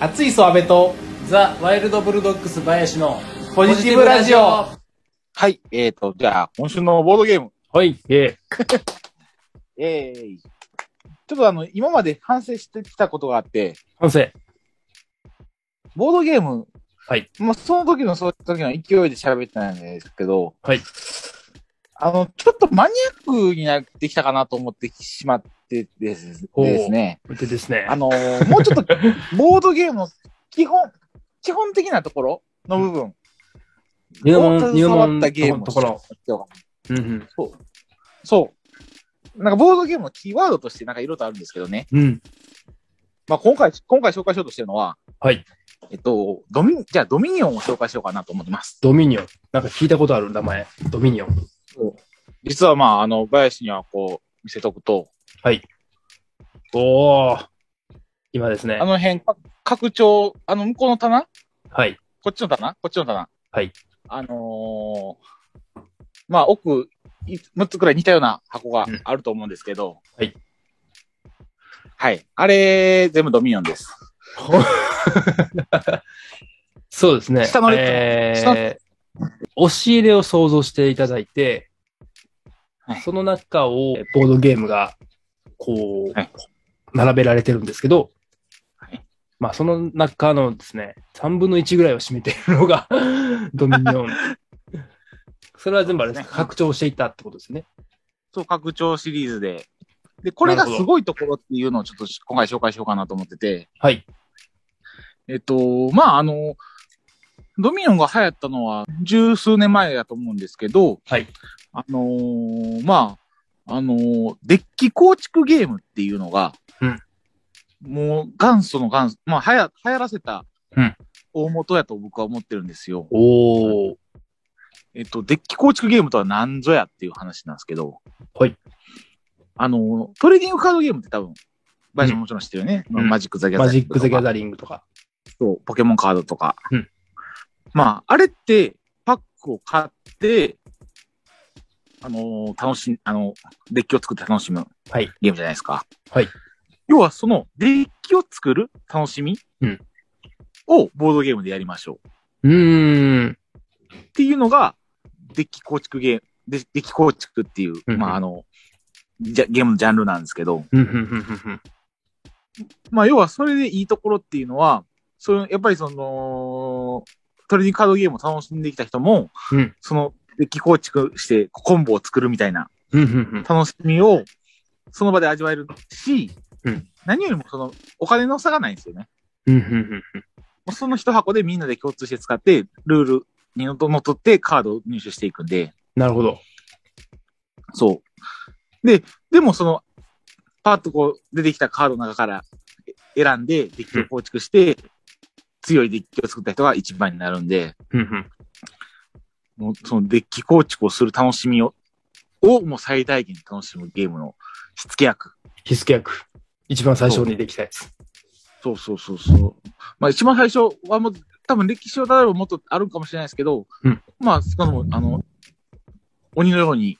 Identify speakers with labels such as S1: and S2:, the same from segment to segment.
S1: 熱いソアベと
S2: ザ・ワイルド・ブルドッグス林の
S1: ポジティブラジオ。
S3: はい。えーと、じゃあ、今週のボードゲーム。
S2: はい、え
S3: えーい、ちょっとあの、今まで反省してきたことがあって、
S2: 反省。
S3: ボードゲーム。
S2: はい。
S3: まあ、その時の、その時の勢いで喋ってたんですけど。
S2: はい。
S3: あの、ちょっとマニアックになってきたかなと思ってしまってです
S2: ほう
S3: ですね。
S2: でですね。
S3: あのー、もうちょ っと、ボードゲームの基本、基本的なところの部分。
S2: 入
S3: を
S2: 門、入
S3: 携わ
S2: 門
S3: ったゲームを
S2: のところ。うん
S3: そう。なんかボードゲームのキーワードとしてなんかいろいろとあるんですけどね。
S2: うん。うん。
S3: まあ今回、今回紹介しようとしてるのは、
S2: はい。
S3: えっと、ドミ、じゃあドミニオンを紹介しようかなと思ってます。
S2: ドミニオン。なんか聞いたことある名前。ドミニオン。
S3: 実はまあ、あの、林にはこう、見せとくと、
S2: おお。今ですね
S3: あ。の辺、か拡張、あの向こうの棚
S2: はい。
S3: こっちの棚こっちの棚
S2: はい。
S3: あのーまあ、奥、い6つくらい似たような箱があると思うんですけど、
S2: うんはい。
S3: はい。あれ、全部ドミニオンです。
S2: そうですね。
S3: 下の列
S2: えー、押し入れを想像していただいて、
S3: はい
S2: その中をボードゲームが、こう、
S3: はい
S2: 並べられてるんですけど、
S3: はい
S2: まあその中のですね、3分の1ぐらいを占めているのが ドミニ オン。それは全部あれですか、
S3: そうですね
S2: 拡張していったってことですね。
S3: そう、拡張シリーズで。で、これがすごいところっていうのをちょっとし今回紹介しようかなと思ってて、
S2: はい。
S3: えっと、まあ、あの、ドミニオンが流行ったのは十数年前だと思うんですけど、
S2: はい。
S3: あのーまあ、あのーデッキ構築ゲームっていうのが、
S2: うん
S3: もう元祖の元祖、まあ、流行流行らせた
S2: うん、
S3: 大元やと僕は思ってるんですよ。
S2: おー。
S3: えっと、デッキ構築ゲームとは何ぞやっていう話なんですけど、
S2: はい。
S3: あのートレーディングカードゲームって多分、バイももちろん知ってるよね。
S2: うん
S3: マジック・ザ・ギャザ
S2: マジ
S3: リン
S2: ッ
S3: グ
S2: ク・
S3: と
S2: ザ・
S3: か
S2: ギャザリングとか。
S3: そう、ポケモンカードとか。
S2: うん
S3: まあ、あれって、パックを買って、あのー楽しん、あの、デッキを作って楽しむ
S2: はい。
S3: ゲームじゃないですか。
S2: はい。
S3: 要は、その、デッキを作る楽しみ
S2: うん
S3: をボードゲームでやりましょう。
S2: うーん。
S3: っていうのが、デッキ構築ゲーム、デデッキ構築っていう、
S2: うん
S3: まあ、あの、じゃゲームのジャンルなんですけど、
S2: うん、うん、うん、うん
S3: まあ、要はそれでいいところっていうのは、そのやっぱりその、トレーディングカードゲームを楽しんできた人も、
S2: うん
S3: その、デッキ構築してコンボを作るみたいな
S2: うん。うん、うん、うん。
S3: 楽しみを、その場で味わえるし、
S2: うん
S3: 何よりもその、お金の差がないんですよね。
S2: うん、うん、うん。
S3: もうその一箱でみんなで共通して使って、ルールにのっとのっとってカードを入手していくんで、
S2: なるほど。
S3: そう。で、でもその、パーッとこう出てきたカードの中からえ選んで、デッキを構築して、強いデッキを作った人が一番になるんで、
S2: うん、うん。
S3: もうそのデッキ構築をする楽しみを、をもう最大限に楽しむゲームのしつけ役。
S2: 火付け役。一番最初にできたやつ。
S3: そうそうそうそう。まあ一番最初はもう多分歴史をたどればもっとあるかもしれないですけど、
S2: うん
S3: まあそのあの、鬼のように、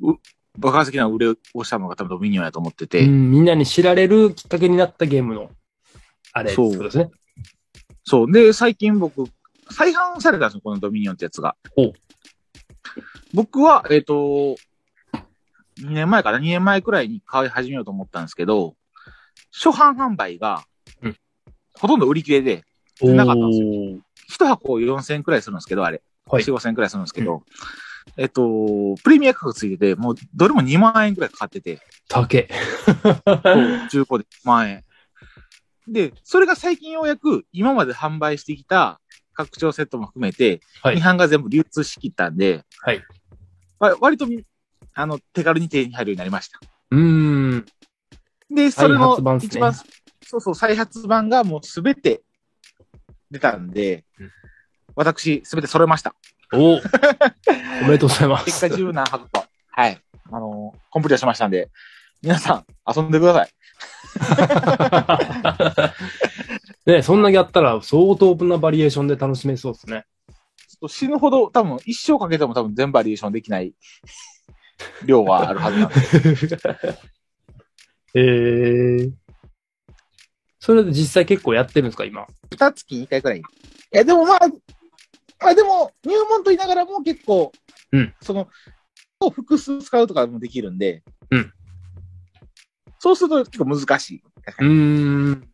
S3: う爆発的な売れをしたのが多分ドミニオンやと思ってて、
S2: うん、みんなに知られるきっかけになったゲームの、あれってことですね。
S3: そう。で、最近僕、再販されたんですよ、このドミニオンってやつが
S2: ほう。
S3: 僕は、えっ、と、2年前かな、2年前くらいに買い始めようと思ったんですけど、初版販売が
S2: うん、
S3: ほとんど売り切れで、
S2: お
S3: なかったんです
S2: ー
S3: 1箱4000円くらいするんですけど、あれ。
S2: はい
S3: 4、5000円くらいするんですけど、えっと、プレミア価格ついてて、もうどれも2万円くらいかかってて、
S2: 竹。
S3: 中古で1万円。で、それが最近ようやく今まで販売してきた拡張セットも含めて、
S2: はい
S3: 違反が全部流通しきったんで、
S2: はい
S3: わ割とみ、あの、手軽に手に入るようになりました。
S2: うーん。
S3: で、そ
S2: 再
S3: れの
S2: 発版っすね
S3: 一番、そうそう、再発版がもうすべて出たんで、
S2: うん
S3: 私、すべて揃え ました。
S2: おー おめでとうございま
S3: 結
S2: す
S3: 果。十何箱。はい。あのーコンプリートしましたんで、皆さん、遊んでください。
S2: ね、そんなにやったら相当なバリエーションで楽しめそう ですね。
S3: 死ぬほど、多分、一生かけても多分全バリエーションできない量はあるはずなんで。
S2: えー、それで実際結構やってるんですか、 今。
S3: 二月に一回くらい。いや、でもまあ、まあでも、入門と言いながらも結構、
S2: うん
S3: その、を複数使うとかもできるんで、
S2: うん
S3: そうすると結構難しい。
S2: うーん。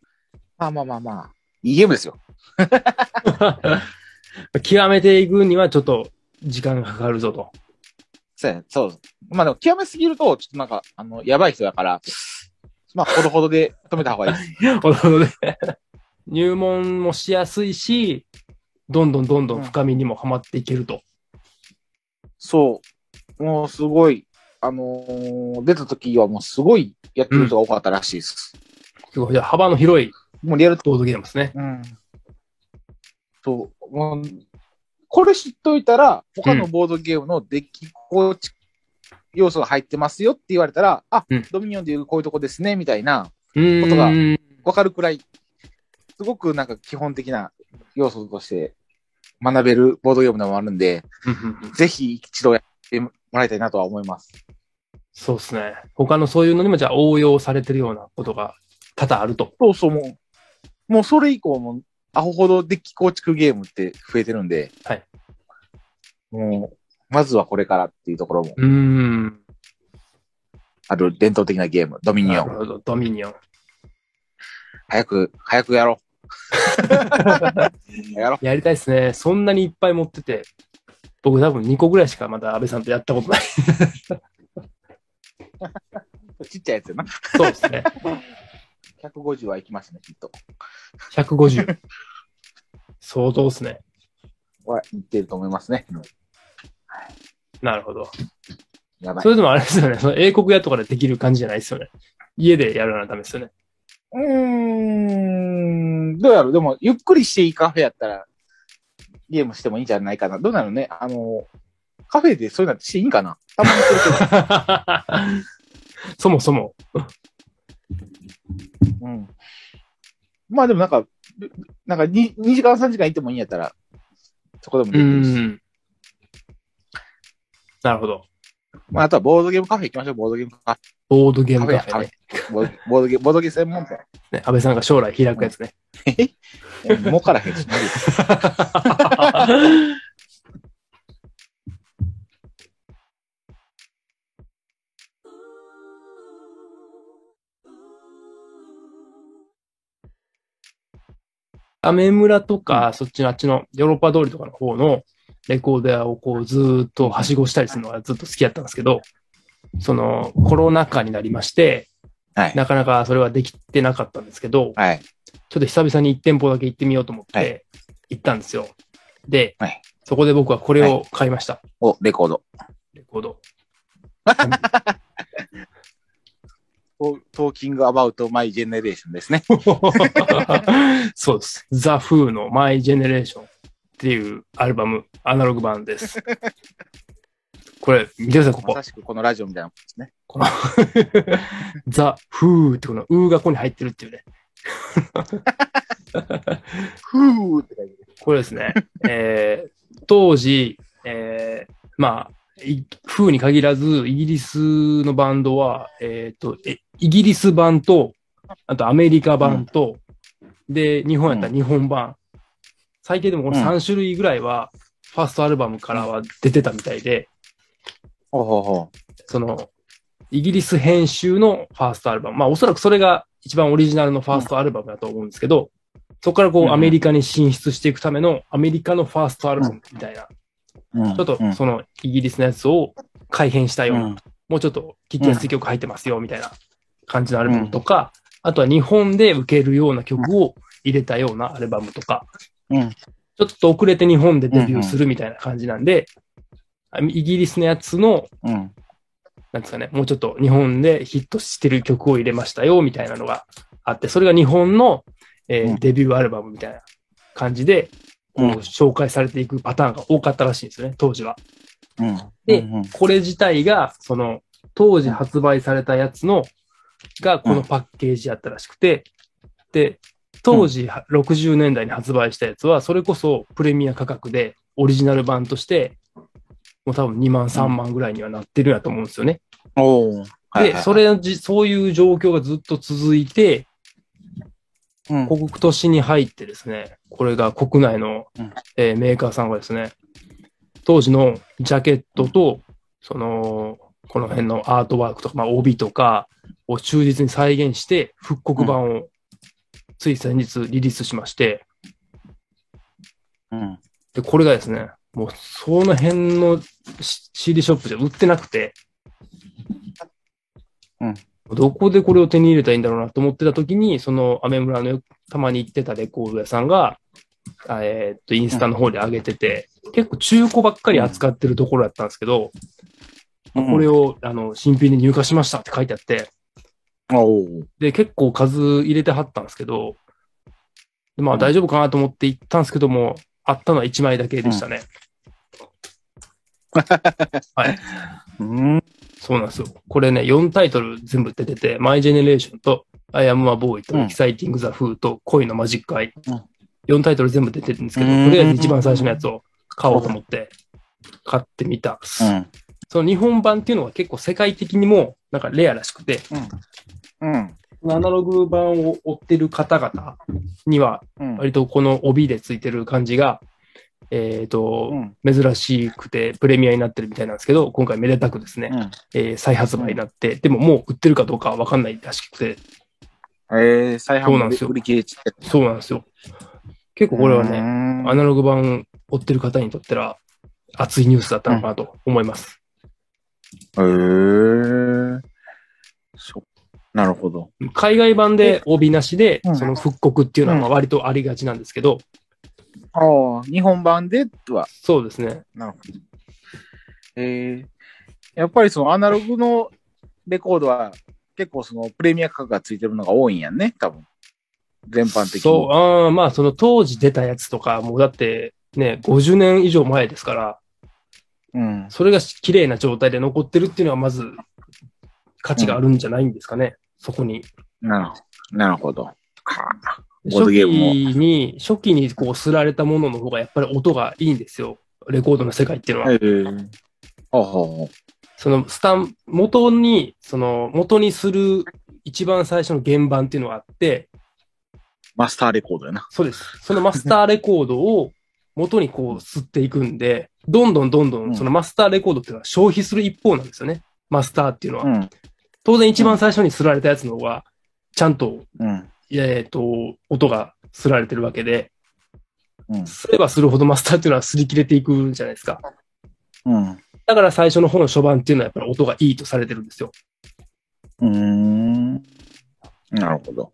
S3: まあまあまあまあ、いいゲームですよ。
S2: 極めていくにはちょっと時間がかかるぞと。
S3: そうやそう。まあでも、極めすぎると、ちょっとなんか、あの、やばい人だから、まあ、ほどほどで止めた方がいいです。
S2: ほどほどで入門もしやすいし、どんどんどんどん深みにもはまっていけると。
S3: そう。もう、すごい、あのー出た時はもうすごいやってる人が多かったらしいです。
S2: すごい幅の広い
S3: もうリアル
S2: ボードゲームですね。
S3: うん。そう。もうこれ知っといたら、他のボードゲームのデッキ構築要素が入ってますよって言われたら、あ、
S2: うん
S3: ドミニオンでいうこういうとこですね、みたいな、
S2: うーん。
S3: ことがわかるくらい、すごくなんか基本的な要素として学べるボードゲームでもあるんで、
S2: うんうんうん
S3: ぜひ一度やってもらいたいなとは思います。
S2: そうですね。他のそういうのにもじゃあ応用されてるようなことが多々あると。
S3: そうそう、もう、もうそれ以降も、アホほどデッキ構築ゲームって増えてるんで、
S2: はい。
S3: もう、まずはこれからっていうところも
S2: うーん。
S3: ある伝統的なゲーム、ドミニオ
S2: なる
S3: ン。
S2: ほど。ドミニオン。
S3: 早く、早くやろう。やろ
S2: やりたいですね。そんなにいっぱい持ってて、僕多分2個ぐらいしかまだ安倍さんとやったことない。
S3: う。ちっちゃいやつよな。
S2: そうですね。
S3: 150はいきましたね、きっと。
S2: 150。相当ですね。
S3: はいってると思いますね。うん
S2: なるほど。
S3: やばい
S2: そ。れでもあれですよね。その英国屋とかでできる感じじゃないですよね。家でやるのはダメですよね。
S3: うーん、どうやろうでも、ゆっくりしていいカフェやったら、ゲームしてもいいんじゃないかな。どうなのねあの、カフェでそういうのしていいんかなたまにするけど。
S2: そもそも。
S3: うん。まあでもなんか、ぶなんか 2, 2時間3時間いてもいいんやったら、そこでも
S2: う
S3: できるし。
S2: ん。なるほど。
S3: まああとはボードゲームカフェ行きましょう、ボードゲームカフ
S2: ボードゲーム
S3: ェ。
S2: カフェね。
S3: ェ。ボードボードゲーム、ボードゲーム専門店。
S2: ね安倍さんが将来開くやつね。
S3: え儲からへんし、無理
S2: アメ村とか、そっちのあっちのヨーロッパ通りとかの方のレコーダーをこうずーっとはしごしたりするのがずっと好きだったんですけど、そのコロナ禍になりまして、
S3: はい。
S2: なかなかそれはできてなかったんですけど、
S3: はい。
S2: ちょっと久々に1店舗だけ行ってみようと思っ
S3: は
S2: て、行ったんですよ。で
S3: はい、
S2: そこで僕はこれを買いました。
S3: お、レコード。
S2: レコー ド。
S3: トトーキングアバウトマイジェネレーションですね。
S2: そうです。ザ・フーのマイ・ジェネレーションっていうアルバム、アナログ版 です。これ、見てください、こ
S3: ま
S2: こ
S3: さ。しくこのラジオみたいなもんですね。
S2: このザ・フーってこのうーがここに入ってるっていうね。
S3: ふーって感じで
S2: これですね。えー当時、えーまあ、いフーに限らず、イギリスのバンドは、えっ、と、えイギリス版と、あとアメリカ版と、で、日本やったら日本版。最低でもこの3種類ぐらいは、ファーストアルバムからは出てたみたいで、
S3: ほうほうほ
S2: その、イギリス編集のファーストアルバム。まあ、おそらくそれが一番オリジナルのファーストアルバムだと思うんですけど、そこからこ
S3: うん
S2: う
S3: うん
S2: アメリカに進出していくためのアメリカのファーストアルバムみたいな、
S3: う。うん
S2: ちょっと
S3: うん
S2: そのイギリスのやつを改変したような、
S3: うん
S2: もうちょっと聴きやすい曲入ってますよみたいな感じのアルバムとか、あとは日本で受けるような曲を入れたようなアルバムとか、
S3: うん
S2: ちょっと遅れて日本でデビューするみたいな感じなんで、イギリスのやつの
S3: うん。
S2: なんですかね、もうちょっと日本でヒットしてる曲を入れましたよ、みたいなのがあって、それが日本の、えー
S3: うん
S2: デビューアルバムみたいな感じで、こう
S3: うん
S2: 紹介されていくパターンが多かったらしいんですよね、当時は。
S3: うん。
S2: で
S3: うんうん
S2: これ自体が、その、当時発売されたやつの、がこのパッケージやったらしくて、で、当時は60年代に発売したやつは、それこそプレミア価格でオリジナル版として、もう多分2万3万ぐらいにはなってるんやと思うんですよね。
S3: おーはいはいは
S2: で、
S3: い
S2: それじ、そういう状況がずっと続いて、
S3: うん。
S2: 国今年に入ってですね、これが国内の、
S3: うん
S2: えーメーカーさんがですね、当時のジャケットと、その、この辺のアートワークとか、まあ、帯とかを忠実に再現して、復刻版をつい先日リリースしまして、
S3: うん。
S2: で、これがですね、もうその辺のし CD ショップじゃ売ってなくて、
S3: うん
S2: どこでこれを手に入れたらいいんだろうなと思ってた時に、そのアメ村のよたまに行ってたレコード屋さんが、あえーっと、インスタの方で上げてて、結構中古ばっかり扱ってるところだったんですけど、これ
S3: を。
S2: を、あの、新品で入荷しましたって書いてあって、
S3: おう
S2: で、結構数入れてはったんですけど、でま
S3: う
S2: あ
S3: ん
S2: 大丈夫かなと思って行ったんですけども、あったのは1枚だけでしたね。
S3: うん。
S2: そうなんですよ。これね、4タイトル全部出てて、マイジェネレーションと、I am a boy と、
S3: うん
S2: エキサイティング・ザ・フーと、恋のマジック・アイ
S3: うん。
S2: 4タイトル全部出てるんですけど、
S3: うん
S2: とりあえず一番最初のやつを買おうと思って、買ってみたっす。
S3: うん。
S2: その日本版っていうのは結構世界的にも、なんかレアらしくて、
S3: うん。
S2: アナログ版を追ってる方々には、
S3: うん。
S2: 割とこの帯でついてる感じが、えっ、と、
S3: うん。
S2: 珍しくてプレミアになってるみたいなんですけど、今回めでたくですね、
S3: うん
S2: えー再発売になって、でももう売ってるかどうかはわかんないらしくて、
S3: えー、再
S2: そう
S3: 販
S2: なんで
S3: 売です
S2: よ
S3: 売り切れちゃって。
S2: そうなんですよ。結構これはね、
S3: ね
S2: アナログ版追ってる方にとったら熱いニュースだったのかなと思います。
S3: へー。そなるほど。
S2: 海外版で帯なしで
S3: う、ん
S2: その復刻っていうのはまあ割とありがちなんですけど、
S3: ああ、日本版では、
S2: そうですね。
S3: なるほど。えー、やっぱりそのアナログのレコードは結構そのプレミア価格がついてるのが多いんやね、多分。全般的に。
S2: そう、あーまあその当時出たやつとか、もうだってね、50年以上前ですから、
S3: う。うん。
S2: それが綺麗な状態で残ってるっていうのはまず価値があるんじゃないんですかね、そこに。
S3: なるほど。なるほど。かボード
S2: 初期
S3: ゲームも
S2: に、初期にこう、すられたものの方がやっぱり音がいいんですよ。レコードの世界っていうのは。
S3: えー。ほうほうほ
S2: そのスタン、元に、その、元にする一番最初の原版っていうのがあって、
S3: うマスターレコードやな。
S2: そうです。そのマスターレコードを元にこう、吸っていくんで、どんどんどんど、
S3: うんん
S2: そのマスターレコードっていうのは消費する一方なんですよね。マスターっていうの
S3: う
S2: は。
S3: ん。
S2: 当然一番最初にすられたやつの方が、ちゃんと、
S3: うん。
S2: えっと、音がすられてるわけで、
S3: うん。
S2: すればするほどマスターっていうのは擦り切れていくじゃないですか。
S3: うん。
S2: だから最初の方の初版っていうのはやっぱり音がいいとされてるんですよ。
S3: うーん。なるほど。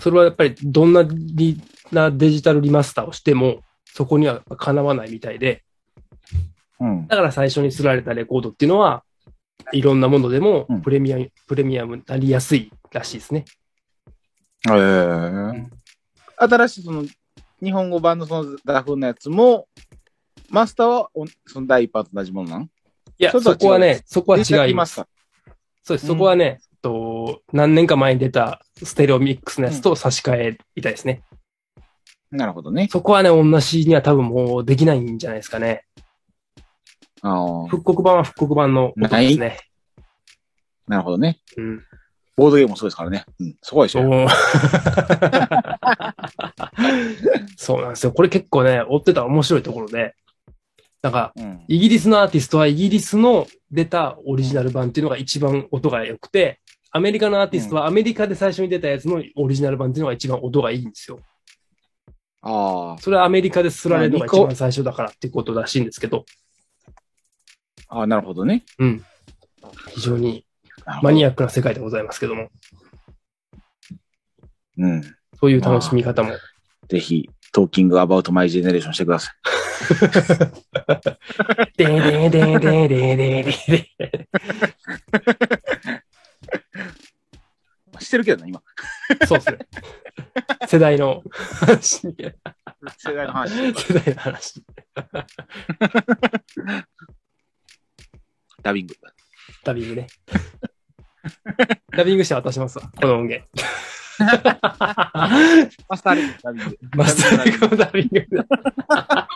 S2: それはやっぱりどんなリなデジタルリマスターをしても、そこにはやっぱかなわないみたいで、
S3: うん。
S2: だから最初に刷られたレコードっていうのは、いろんなものでも
S3: うん
S2: プレミアム、プレミアムになりやすいらしいですね。
S3: えー新しいその日本語版のそのダフのやつも、マスターはおその第一版と同じものなん
S2: いや、
S3: ちょっと違う
S2: そこはね、そこは
S3: デジタル
S2: 違い
S3: マ
S2: ま
S3: ス
S2: す。
S3: ター。
S2: そうです。
S3: うん
S2: そこはね、えっと何年か前に出たステレオミックスのやつと差し替えみたいですね。
S3: なるほどね。
S2: そこはね、同じには多分もうできないんじゃないですかね。
S3: あー
S2: 復刻版は復刻版の音ですね。
S3: なるほどね。
S2: うん。
S3: ボードゲームもそうですからね。うん。そこは一
S2: そ
S3: 緒や。
S2: う。そうなんですよ。これ結構ね、追ってたら面白いところで、なんか、
S3: うん。
S2: イギリスのアーティストはイギリスの出たオリジナル版っていうのが一番音が良くて、アメリカのアーティストはアメリカで最初に出たやつのオリジナル版っていうのが一番音がいいんですよ。
S3: あ
S2: それはアメリカですられるのが
S3: まあ
S2: 一
S3: 二個
S2: 番最初だからっていうことらしいんですけど、
S3: あ、ああなるほどね。
S2: うん。非常にマ
S3: マニ
S2: ニ
S3: ア。
S2: アックな世界でございますけども、
S3: うん。
S2: そういう楽しみ方も
S3: ぜひ、トーキングアバウトマイジェネレーションしてください。
S2: でーでーでーでーでーでーでーで
S3: してるけど な、今。
S2: ーそうですね。世代の話に、世
S3: 世代の話。
S2: 代の話。
S3: ダビング。
S2: ダビングね。ダビングして渡しますわ、この音源。
S3: マスターレコードダビング。
S2: マスターリコのダビングだ。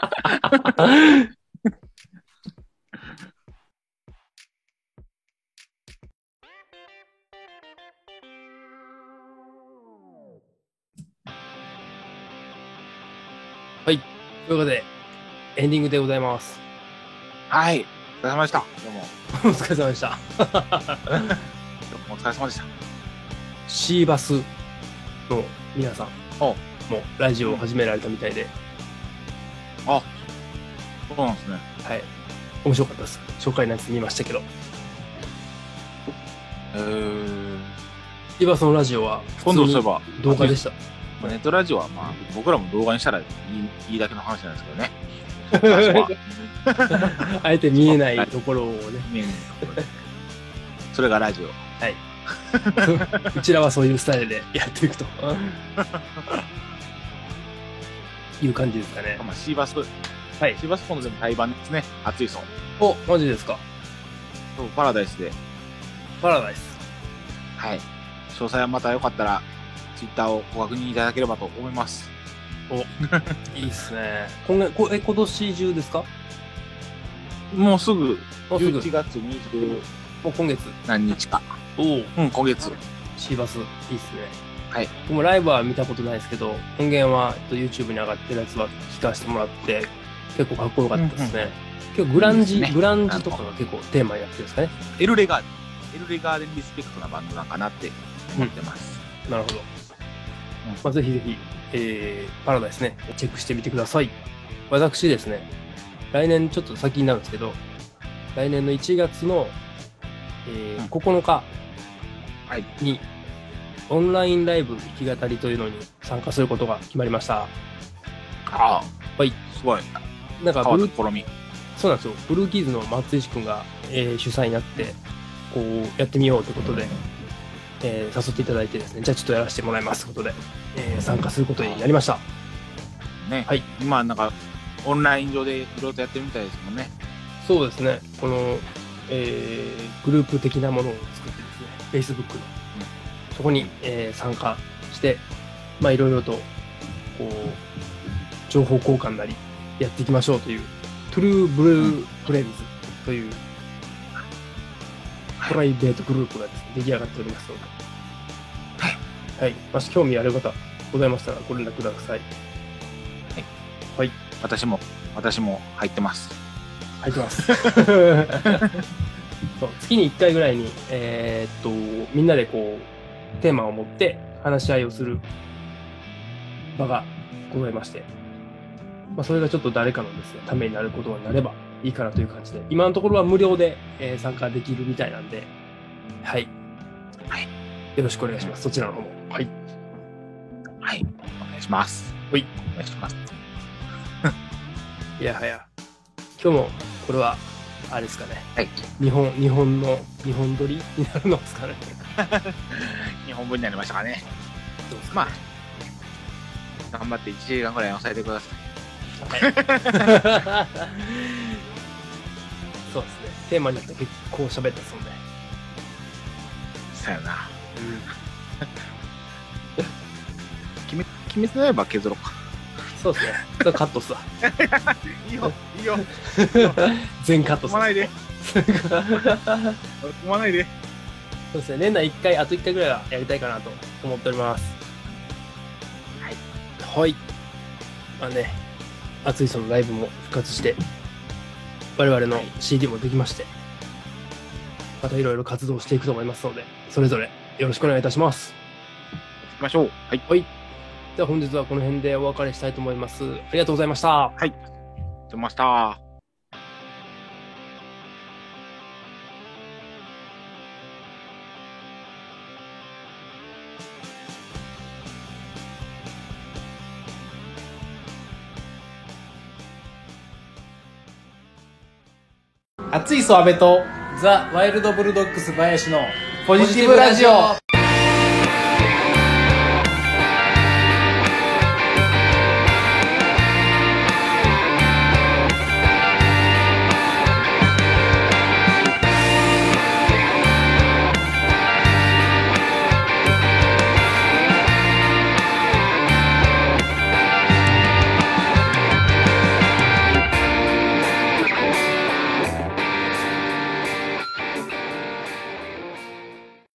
S2: ということで、エンディングでございます。
S3: はい。お疲れ様でした。どうも。
S2: お疲れ様でした。
S3: どうもお疲れ様でした。
S2: シーバスの皆さん
S3: お
S2: もうラジオを始められたみたいで、
S3: そうなんですね。
S2: はい。面白かったです。紹介のやつ見ましたけど。
S3: えー、
S2: シーバスのラジオは、
S3: 今度そういえば、
S2: 動画でした。
S3: まあネットラジオは、まあ、僕らも動画にしたらいいいいだけの話なんですけどね。
S2: あえて見えないところをね、
S3: 見えないところでそれがラジオ。
S2: うちらはそういうスタイルでやっていく と。いう感じですかね。
S3: まあ、シーバス、
S2: はい
S3: シーバス今度でも対バンですね。熱いそう。
S2: お、マジですか。
S3: そうパラダイスで。
S2: パラダイス。
S3: はい。詳細はまたよかったら、ツイッターをご確認いただければと思います。
S2: いいっすね。今月、こえ、今年中ですか
S3: もうすぐ、
S2: もうすぐ、
S3: 11月20
S2: もう今月。
S3: 何日か。
S2: おお、
S3: うん、今月。
S2: シーバス、いいっすね。
S3: はい。
S2: 僕もライブは見たことないですけど、音源は、えっと、YouTube に上がってるやつは聞かせてもらって、結構かっこよかったですね。結構グランジ、
S3: いいですね
S2: グランジとかが結構テーマになってるんですかね。
S3: エルレガーデン。エルレガーデンリスペクトなバンドなんかなって思ってます。
S2: なるほど。まあ、ぜひぜひ、えー、パラダイスね、チェックしてみてください。私ですね、来年ちょっと先になるんですけど、来年の1月の、え
S3: うん
S2: ー、9日
S3: はい
S2: に、オンラインライブ弾き語りというのに参加することが決まりました。
S3: ああ。
S2: はい。
S3: すごい。
S2: なんか
S3: 変わ
S2: ブ
S3: っ
S2: ル
S3: た
S2: ー、
S3: 試み。
S2: そうなんですよ、ブルーキーズの松井くんが、えー主催になって、こう、やってみようということで、えー誘っていただいてですね、じゃあちょっとやらせてもらいますということで、えー参加することになりました。
S3: ね。
S2: はい。
S3: 今、なんか、オンライン上でいろいろとやってるみたいですもんね。
S2: そうですね、この、えーグループ的なものを作ってですね、Facebook の、そこに、えー参加して、まあ、いろいろと、こう、情報交換なり、やっていきましょうという、True Blue Friends という、プライベートグループがですね、出来上がっておりますので、はい。もし興味ある方、ございましたらご連絡ください。
S3: 私も、私も入ってます。
S2: 入ってます。 そう月に1回ぐらいに、えーっと、みんなでこう、テーマを持って話し合いをする場がございまして、まあ、それがちょっと誰かのですね、ためになることになればいいかなという感じで、今のところは無料で、えー参加できるみたいなんで、はい。
S3: はい
S2: よろしくお願いします。そちらの方も。はい。
S3: はい。お願いします。
S2: はい。
S3: お願いします。
S2: いやはや。今日も、これは、あれですかね。
S3: はい。
S2: 日本、日本の、日本撮りになるのですかね。
S3: 日本語になりましたかね。
S2: どうですかね
S3: まあ、頑張って1時間ぐらい抑えてください。
S2: そうですね。テーマによって結構喋ったですもんね。
S3: さよなら。決め、決めてないば削ろうか。
S2: そうですね。それカットっ すわ。
S3: いいよ、いいよ。
S2: 全カットっすわ。
S3: いで。 踏まないで。
S2: そうですね。年内1回、あと1回ぐらいはやりたいかなと思っております。
S3: はい。
S2: はい。まあね、熱いそのライブも復活して、我々の CD もできまして、またいろいろ活動していくと思いますので、それぞれよろしくお願いいたします。
S3: 行きましょう。はい。
S2: では本日はこの辺でお別れしたいと思います。ありがとうございました。
S3: 出ました。
S1: 熱いソアベと
S4: ザ・ワイルド・ブルドッグス・林の
S1: ポジティブラジオ